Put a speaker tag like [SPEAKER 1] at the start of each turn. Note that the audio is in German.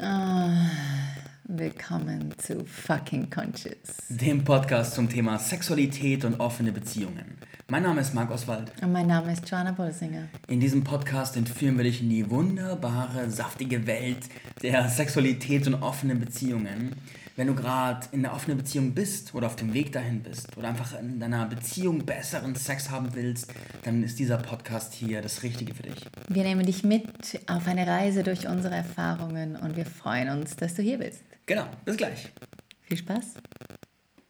[SPEAKER 1] Ah, willkommen zu Fucking Conscious.
[SPEAKER 2] dem Podcast zum Thema Sexualität und offene Beziehungen. Mein Name ist Marc Oswald.
[SPEAKER 1] Und mein Name ist Joanna Bolsinger.
[SPEAKER 2] In diesem Podcast entführen wir dich in die wunderbare, saftige Welt der Sexualität und offenen Beziehungen. Wenn du gerade in einer offenen Beziehung bist oder auf dem Weg dahin bist oder einfach in deiner Beziehung besseren Sex haben willst, dann ist dieser Podcast hier das Richtige für dich.
[SPEAKER 1] Wir nehmen dich mit auf eine Reise durch unsere Erfahrungen und wir freuen uns, dass du hier bist.
[SPEAKER 2] Genau, bis gleich.
[SPEAKER 1] Viel Spaß.